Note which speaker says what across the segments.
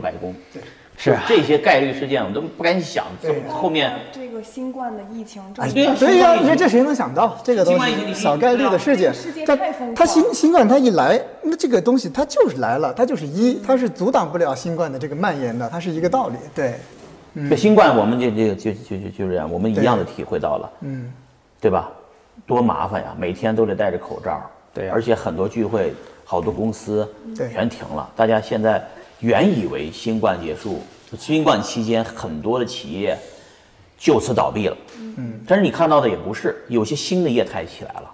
Speaker 1: 白宫，
Speaker 2: 是啊
Speaker 1: 这些概率事件我们都不敢想，
Speaker 3: 对呀
Speaker 1: 后面
Speaker 4: 这个新冠的疫情，
Speaker 1: 哎
Speaker 4: 这
Speaker 1: 对呀
Speaker 2: 对呀、
Speaker 1: 新冠疫情
Speaker 2: 这这谁能想到这个东
Speaker 1: 新冠疫情
Speaker 2: 西？小概率
Speaker 1: 啊
Speaker 2: 的事件
Speaker 4: 世界，
Speaker 2: 但
Speaker 4: 太疯
Speaker 2: 它
Speaker 4: 狂
Speaker 2: 新
Speaker 4: 了
Speaker 2: 新冠它一来，那这个东西它就是来了，它就是一，它是阻挡不了新冠的这个蔓延的，它是一个道理。对，嗯
Speaker 1: 这新冠我们就就就就就就这样，我们一样的体会到了，
Speaker 2: 嗯，
Speaker 1: 对吧？多麻烦呀，每天都得戴着口罩，
Speaker 2: 对呀
Speaker 1: 而且很多聚会，好多公司
Speaker 2: 对
Speaker 1: 全停了。大家现在原以为新冠结束，新冠期间很多的企业就此倒闭了，嗯，但是你看到的也不是，有些新的业态起来了。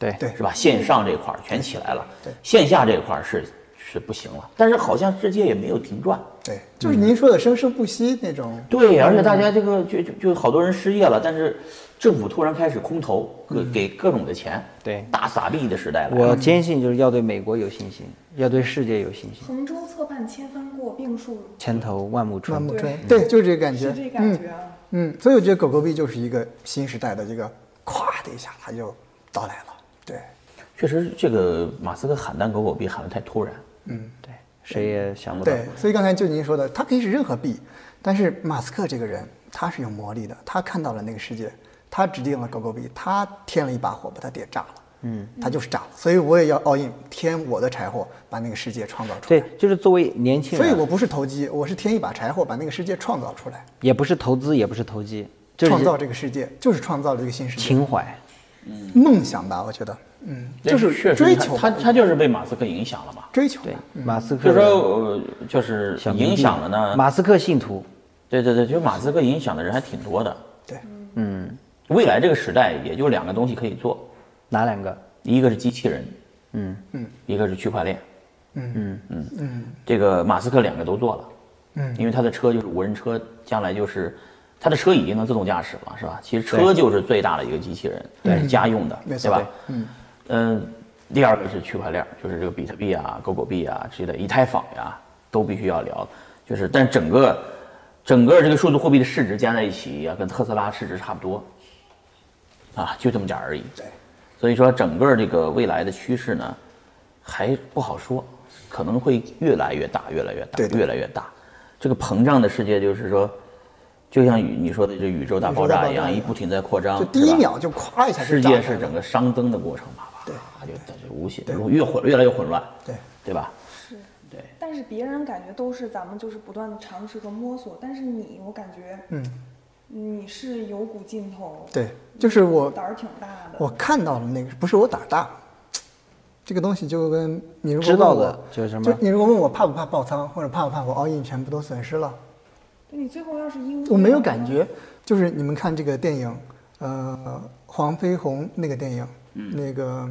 Speaker 5: 对
Speaker 2: 对
Speaker 1: 是吧？线上这块儿全起来了，
Speaker 2: 对对
Speaker 1: 线下这块儿是是不行了，但是好像世界也没有停转。
Speaker 2: 对，就是您说的生生不息那种。
Speaker 1: 对，而且大家这个就就就好多人失业了，但是政府突然开始空投，给给各种的钱，
Speaker 5: 对
Speaker 1: 大撒币的时代来了。
Speaker 5: 我
Speaker 2: 嗯
Speaker 5: 坚信就是要对美国有信心，要对世界有信心。
Speaker 4: 神州侧畔千帆过，病树
Speaker 5: 千头万目
Speaker 2: 万
Speaker 5: 春
Speaker 2: 木，春，
Speaker 4: 对
Speaker 2: 对，就是这个感觉，
Speaker 4: 是这感觉啊。
Speaker 2: 嗯，所以我觉得狗狗币就是一个新时代的这个，咵的一下它就到来了，对，
Speaker 1: 确实，这个马斯克喊单狗狗币喊得太突然。
Speaker 5: 对，谁也想不到。
Speaker 2: 对，所以刚才就您说的，它可以是任何币，但是马斯克这个人他是有魔力的，他看到了那个世界，他指定了狗狗币，他添了一把火，把它点炸了，嗯，他就是炸了，所以我也要 all in 添我的柴火，把那个世界创造出来
Speaker 5: 对。，就是作为年轻
Speaker 2: 所以
Speaker 5: 人
Speaker 2: 我
Speaker 5: 啊，
Speaker 2: 不是投机，我是添一把柴火，把那个世界创造出来，
Speaker 5: 也不是投资，也不是投机，就
Speaker 2: 创造
Speaker 5: 是
Speaker 2: 这个世界，就是创造了一个新世界，
Speaker 5: 情怀。
Speaker 2: 梦想吧，我觉得，嗯，就
Speaker 1: 确
Speaker 2: 是
Speaker 1: 实
Speaker 2: 追
Speaker 1: 他
Speaker 2: 求
Speaker 1: 他他就是被马斯克影响了嘛。
Speaker 2: 追求
Speaker 5: 对，马斯
Speaker 1: 就
Speaker 5: 克
Speaker 1: 说
Speaker 5: 的
Speaker 1: 呃，就是
Speaker 5: 小迷弟
Speaker 1: 影响了呢。
Speaker 5: 马斯克信徒，
Speaker 1: 对对对，就是马斯克影响的人还挺多的。
Speaker 2: 对，
Speaker 1: 未来这个时代也就两个东西可以做，
Speaker 5: 哪两个？
Speaker 1: 一个是机器人，嗯嗯，一个是区块链，嗯嗯嗯这个马斯克两个都做了，嗯，因为他的车就是无人车，将来就是他的车已经能自动驾驶了，是吧？其实车
Speaker 5: 对
Speaker 1: 就是最大的一个机器人，对，家用的，
Speaker 2: 没
Speaker 1: 嗯对
Speaker 2: 错
Speaker 1: 吧？嗯第二个是区块链，就是这个比特币啊、狗狗币啊之类的，以太坊呀、都必须要聊，就是但整个。整个这个数字货币的市值加在一起啊，跟特斯拉市值差不多，啊，就这么点儿而已。
Speaker 2: 对，
Speaker 1: 所以说整个这个未来的趋势呢，还不好说，可能会越来越大，越来越大，
Speaker 2: 对的
Speaker 1: 越来越大。这个膨胀的世界就是说，就像宇你说的这宇宙大爆炸一
Speaker 2: 宇宙大爆炸
Speaker 1: 样，
Speaker 2: 一
Speaker 1: 一
Speaker 2: 样
Speaker 1: 不停在扩张。
Speaker 2: 就第一
Speaker 1: 是吧
Speaker 2: 秒就咵一下就
Speaker 1: 世
Speaker 2: 炸
Speaker 1: 界
Speaker 2: 开
Speaker 1: 是
Speaker 2: 了
Speaker 1: 整个熵增的过程嘛，吧？
Speaker 2: 对
Speaker 1: 就它就无限，越混越来越混乱，
Speaker 2: 对
Speaker 1: 对吧？
Speaker 4: 但是别人感觉都是咱们就是不断的尝试和摸索，但是你我感觉，
Speaker 2: 嗯，
Speaker 4: 你是有股劲头，
Speaker 2: 对，就是我
Speaker 4: 胆儿挺大的。
Speaker 2: 我看到了那个，不是我胆儿大，这个东西就跟你如果
Speaker 5: 知道
Speaker 2: 问我
Speaker 5: 了就是什么
Speaker 2: 就你如果问我怕不怕爆仓，或者怕不怕我 all in 全部都损失了，
Speaker 4: 对你最后要是一无
Speaker 2: 我没有
Speaker 4: 所
Speaker 2: 感
Speaker 4: 得，
Speaker 2: 觉。就是你们看这个电影，呃，黄飞鸿那个电影，
Speaker 5: 嗯
Speaker 2: 那个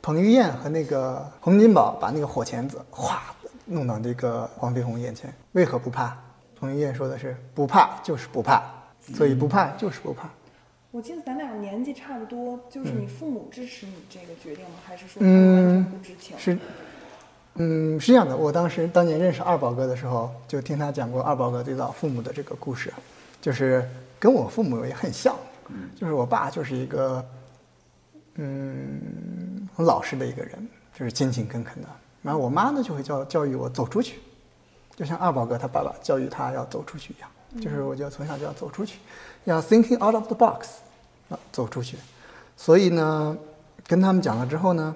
Speaker 2: 彭于晏和那个洪金宝把那个火钳子哗弄到这个黄飞鸿眼前，为何不怕？彭于晏说的是不怕就是不怕，所以不
Speaker 5: 嗯
Speaker 2: 怕就是不怕。
Speaker 4: 我记得咱俩年纪差不多，就是你父母支持你这个决定吗？还是说他们完
Speaker 2: 嗯
Speaker 4: 全不知情？，
Speaker 2: 是，嗯，是这样的。我当时当年认识二宝哥的时候，就听他讲过二宝哥最早父母的这个故事，就是跟我父母也很像，就是我爸就是一个，嗯，很老实的一个人，就是勤勤恳恳的。然后我妈呢就会教教育我走出去，就像二宝哥他爸爸教育他要走出去一样，就是我觉得从小就要走出去，要 thinking out of the box，啊，走出去。所以呢，跟他们讲了之后呢，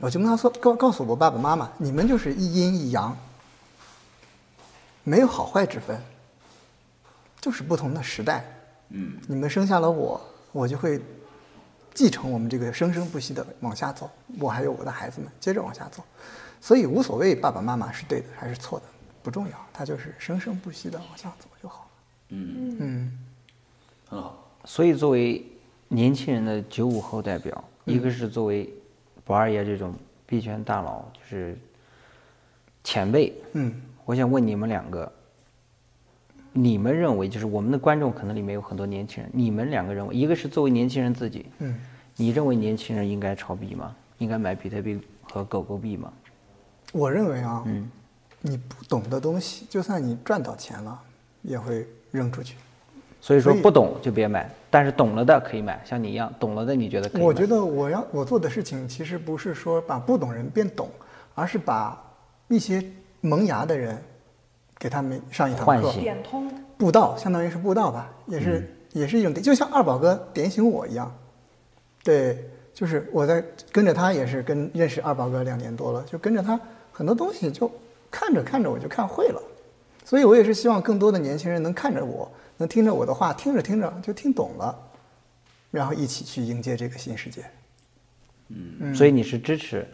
Speaker 2: 我就跟他说，告告诉我爸爸妈妈，你们就是一阴一阳，没有好坏之分，就是不同的时代。嗯，你们生下了我，我就会继承我们这个生生不息的往下走，我还有我的孩子们接着往下走，所以无所谓爸爸妈妈是对的还是错的，不重要，他就是生生不息的往下走就好了。
Speaker 1: 很好。
Speaker 5: 所以作为年轻人的九五后代表，
Speaker 2: 嗯
Speaker 5: 一个是作为宝二爷这种币圈大佬，就是前辈，
Speaker 2: 嗯，
Speaker 5: 我想问你们两个，你们认为就是我们的观众可能里面有很多年轻人，你们两个认为，一个是作为年轻人自己，
Speaker 2: 嗯，
Speaker 5: 你认为年轻人应该炒币吗？应该买比特币和狗狗币吗？
Speaker 2: 我认为啊，你不懂的东西，就算你赚到钱了，也会扔出去。
Speaker 5: 所以说
Speaker 2: 所以
Speaker 5: 不懂就别买，但是懂了的可以买，像你一样懂了的你觉得可以买？
Speaker 2: 我觉得我要我做的事情，其实不是说把不懂人变懂，而是把一些萌芽的人给他们上一堂
Speaker 5: 唤
Speaker 2: 课，
Speaker 5: 醒嗯
Speaker 4: 点通，
Speaker 2: 布道，相当于是布道吧，也是、也是一种，就像二宝哥点醒我一样，对，就是我在跟着他，也是跟认识二宝哥两年多了，就跟着他很多东西就看着看着我就看会了，所以我也是希望更多的年轻人能看着我，能听着我的话，听着听着就听懂了，然后一起去迎接这个新世界。嗯
Speaker 5: 所以你是支持，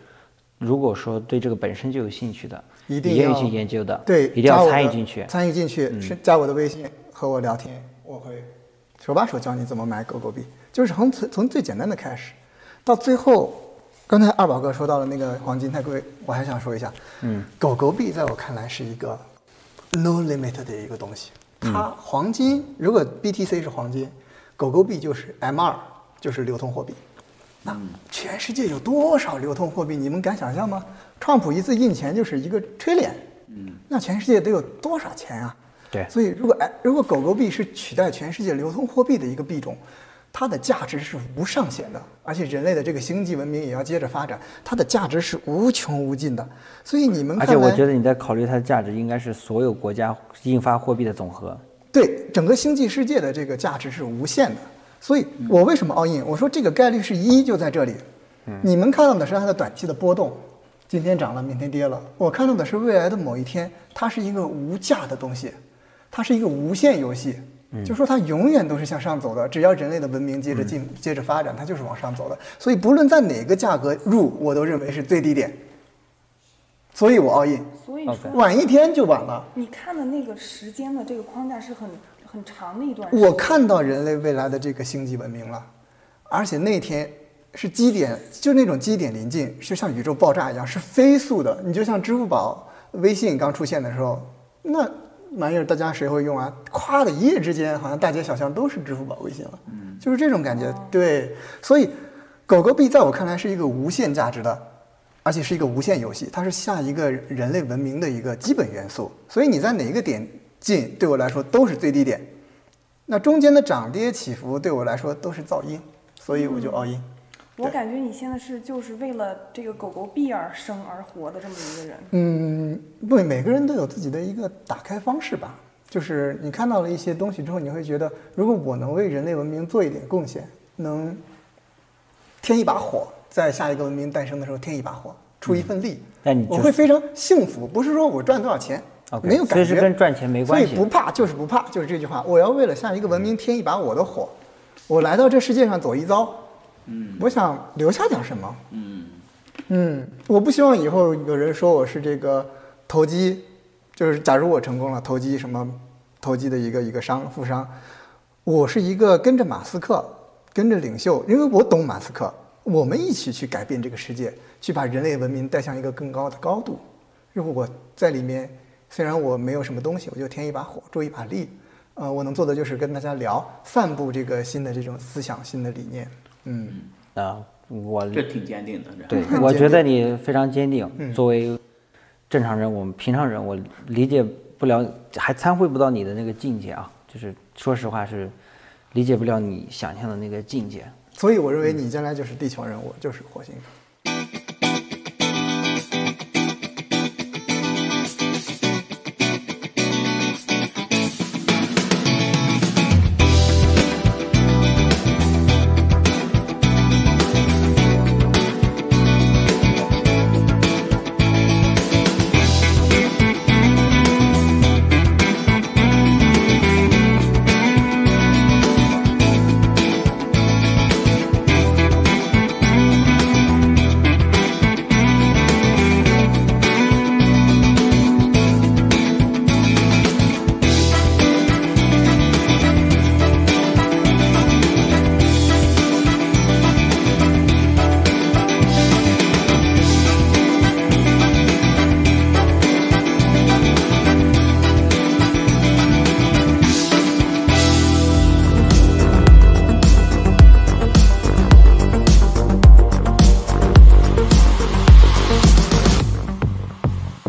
Speaker 5: 如果说对这个本身就有兴趣的，
Speaker 2: 一定
Speaker 5: 愿意
Speaker 2: 要
Speaker 5: 去研究的，
Speaker 2: 对，
Speaker 5: 一定
Speaker 2: 加
Speaker 5: 要
Speaker 2: 我
Speaker 5: 参与
Speaker 2: 的
Speaker 5: 进去。嗯
Speaker 2: 参与进去是加我的微信和我聊天，我会手把手教你怎么买狗狗币，就是从最从最简单的开始，到最后，刚才二宝哥说到了那个黄金太贵，我还想说一下，嗯，狗狗币在我看来是一个 no limit 的一个东西，
Speaker 5: 嗯
Speaker 2: 它黄金如果 BTC 是黄金，狗狗币就是 M 二，就是流通货币。那
Speaker 5: 嗯
Speaker 2: 全世界有多少流通货币？你们敢想象吗？川普一次印钱就是一个 trillion，嗯，那全世界得有多少钱啊？
Speaker 5: 对
Speaker 2: 所以如果哎，如果狗狗币是取代全世界流通货币的一个币种，它的价值是无上限的，而且人类的这个星际文明也要接着发展，它的价值是无穷无尽的。所以你们
Speaker 5: 而
Speaker 2: 看
Speaker 5: 且我
Speaker 2: 来
Speaker 5: 觉得你在考虑它的价值，应该是所有国家印发货币的总和。
Speaker 2: 对整个星际世界的这个价值是无限的。所以我为什么 all in？我说这个概率是一就在这里。你们看到的是它的短期的波动，今天涨了，明天跌了。我看到的是未来的某一天，它是一个无价的东西，它是一个无限游戏。就说它永远都是向上走的，只要人类的文明接着进、接着发展，它就是往上走的。所以不论在哪个价格入，我都认为是最低点。所以我 all in，
Speaker 4: 所以
Speaker 5: OK
Speaker 4: 说
Speaker 2: 晚一天就晚了。
Speaker 4: 你看的那个时间的这个框架是很很长的一段时间。
Speaker 2: 我看到人类未来的这个星际文明了，而且那天是基点，就那种基点临近，就像宇宙爆炸一样，是飞速的。你就像支付宝、微信刚出现的时候，那玩意儿大家谁会用啊？咵的一夜之间，好像大街小巷都是支付宝、微信了，
Speaker 4: 嗯
Speaker 2: 就是这种感觉。对，所以狗狗币在我看来是一个无限价值的。而且是一个无限游戏，它是下一个人类文明的一个基本元素。所以你在哪一个点进，对我来说都是最低点。那中间的涨跌起伏对我来说都是噪音，所以我就 all in。
Speaker 4: 我感觉你现在是就是为了这个狗狗币而生而活的这么一个人。
Speaker 2: 嗯，不，每个人都有自己的一个打开方式吧。就是你看到了一些东西之后，你会觉得，如果我能为人类文明做一点贡献，能添一把火，在下一个文明诞生的时候添一把火，出一份力，
Speaker 5: 嗯那你就
Speaker 2: 我会非常幸福。不是说我赚多少钱
Speaker 5: OK，
Speaker 2: 没有感觉，
Speaker 5: 所以是跟赚钱没关系
Speaker 2: 所以不怕就是不怕，就是这句话。我要为了下一个文明添一把我的火，我来到这世界上走一遭，嗯，我想留下点什么，嗯，我不希望以后有人说我是这个投机，就是假如我成功了，投机什么投机的一个一个商富商，我是一个跟着马斯克，跟着领袖，因为我懂马斯克，我们一起去改变这个世界，去把人类文明带向一个更高的高度。如果我在里面，虽然我没有什么东西，我就添一把火，助一把力。呃，我能做的就是跟大家聊，散布这个新的这种思想、新的理念。嗯，
Speaker 5: 啊，我
Speaker 1: 这挺坚定的。这
Speaker 5: 对，
Speaker 2: 很
Speaker 5: 我
Speaker 2: 坚
Speaker 5: 觉得你非常坚定。作为正常人，我们平常人，我理解不了，还参会不到你的那个境界啊。就是说实话，是理解不了你想象的那个境界。
Speaker 2: 所以我认为你将来就是地球人，我就是火星人。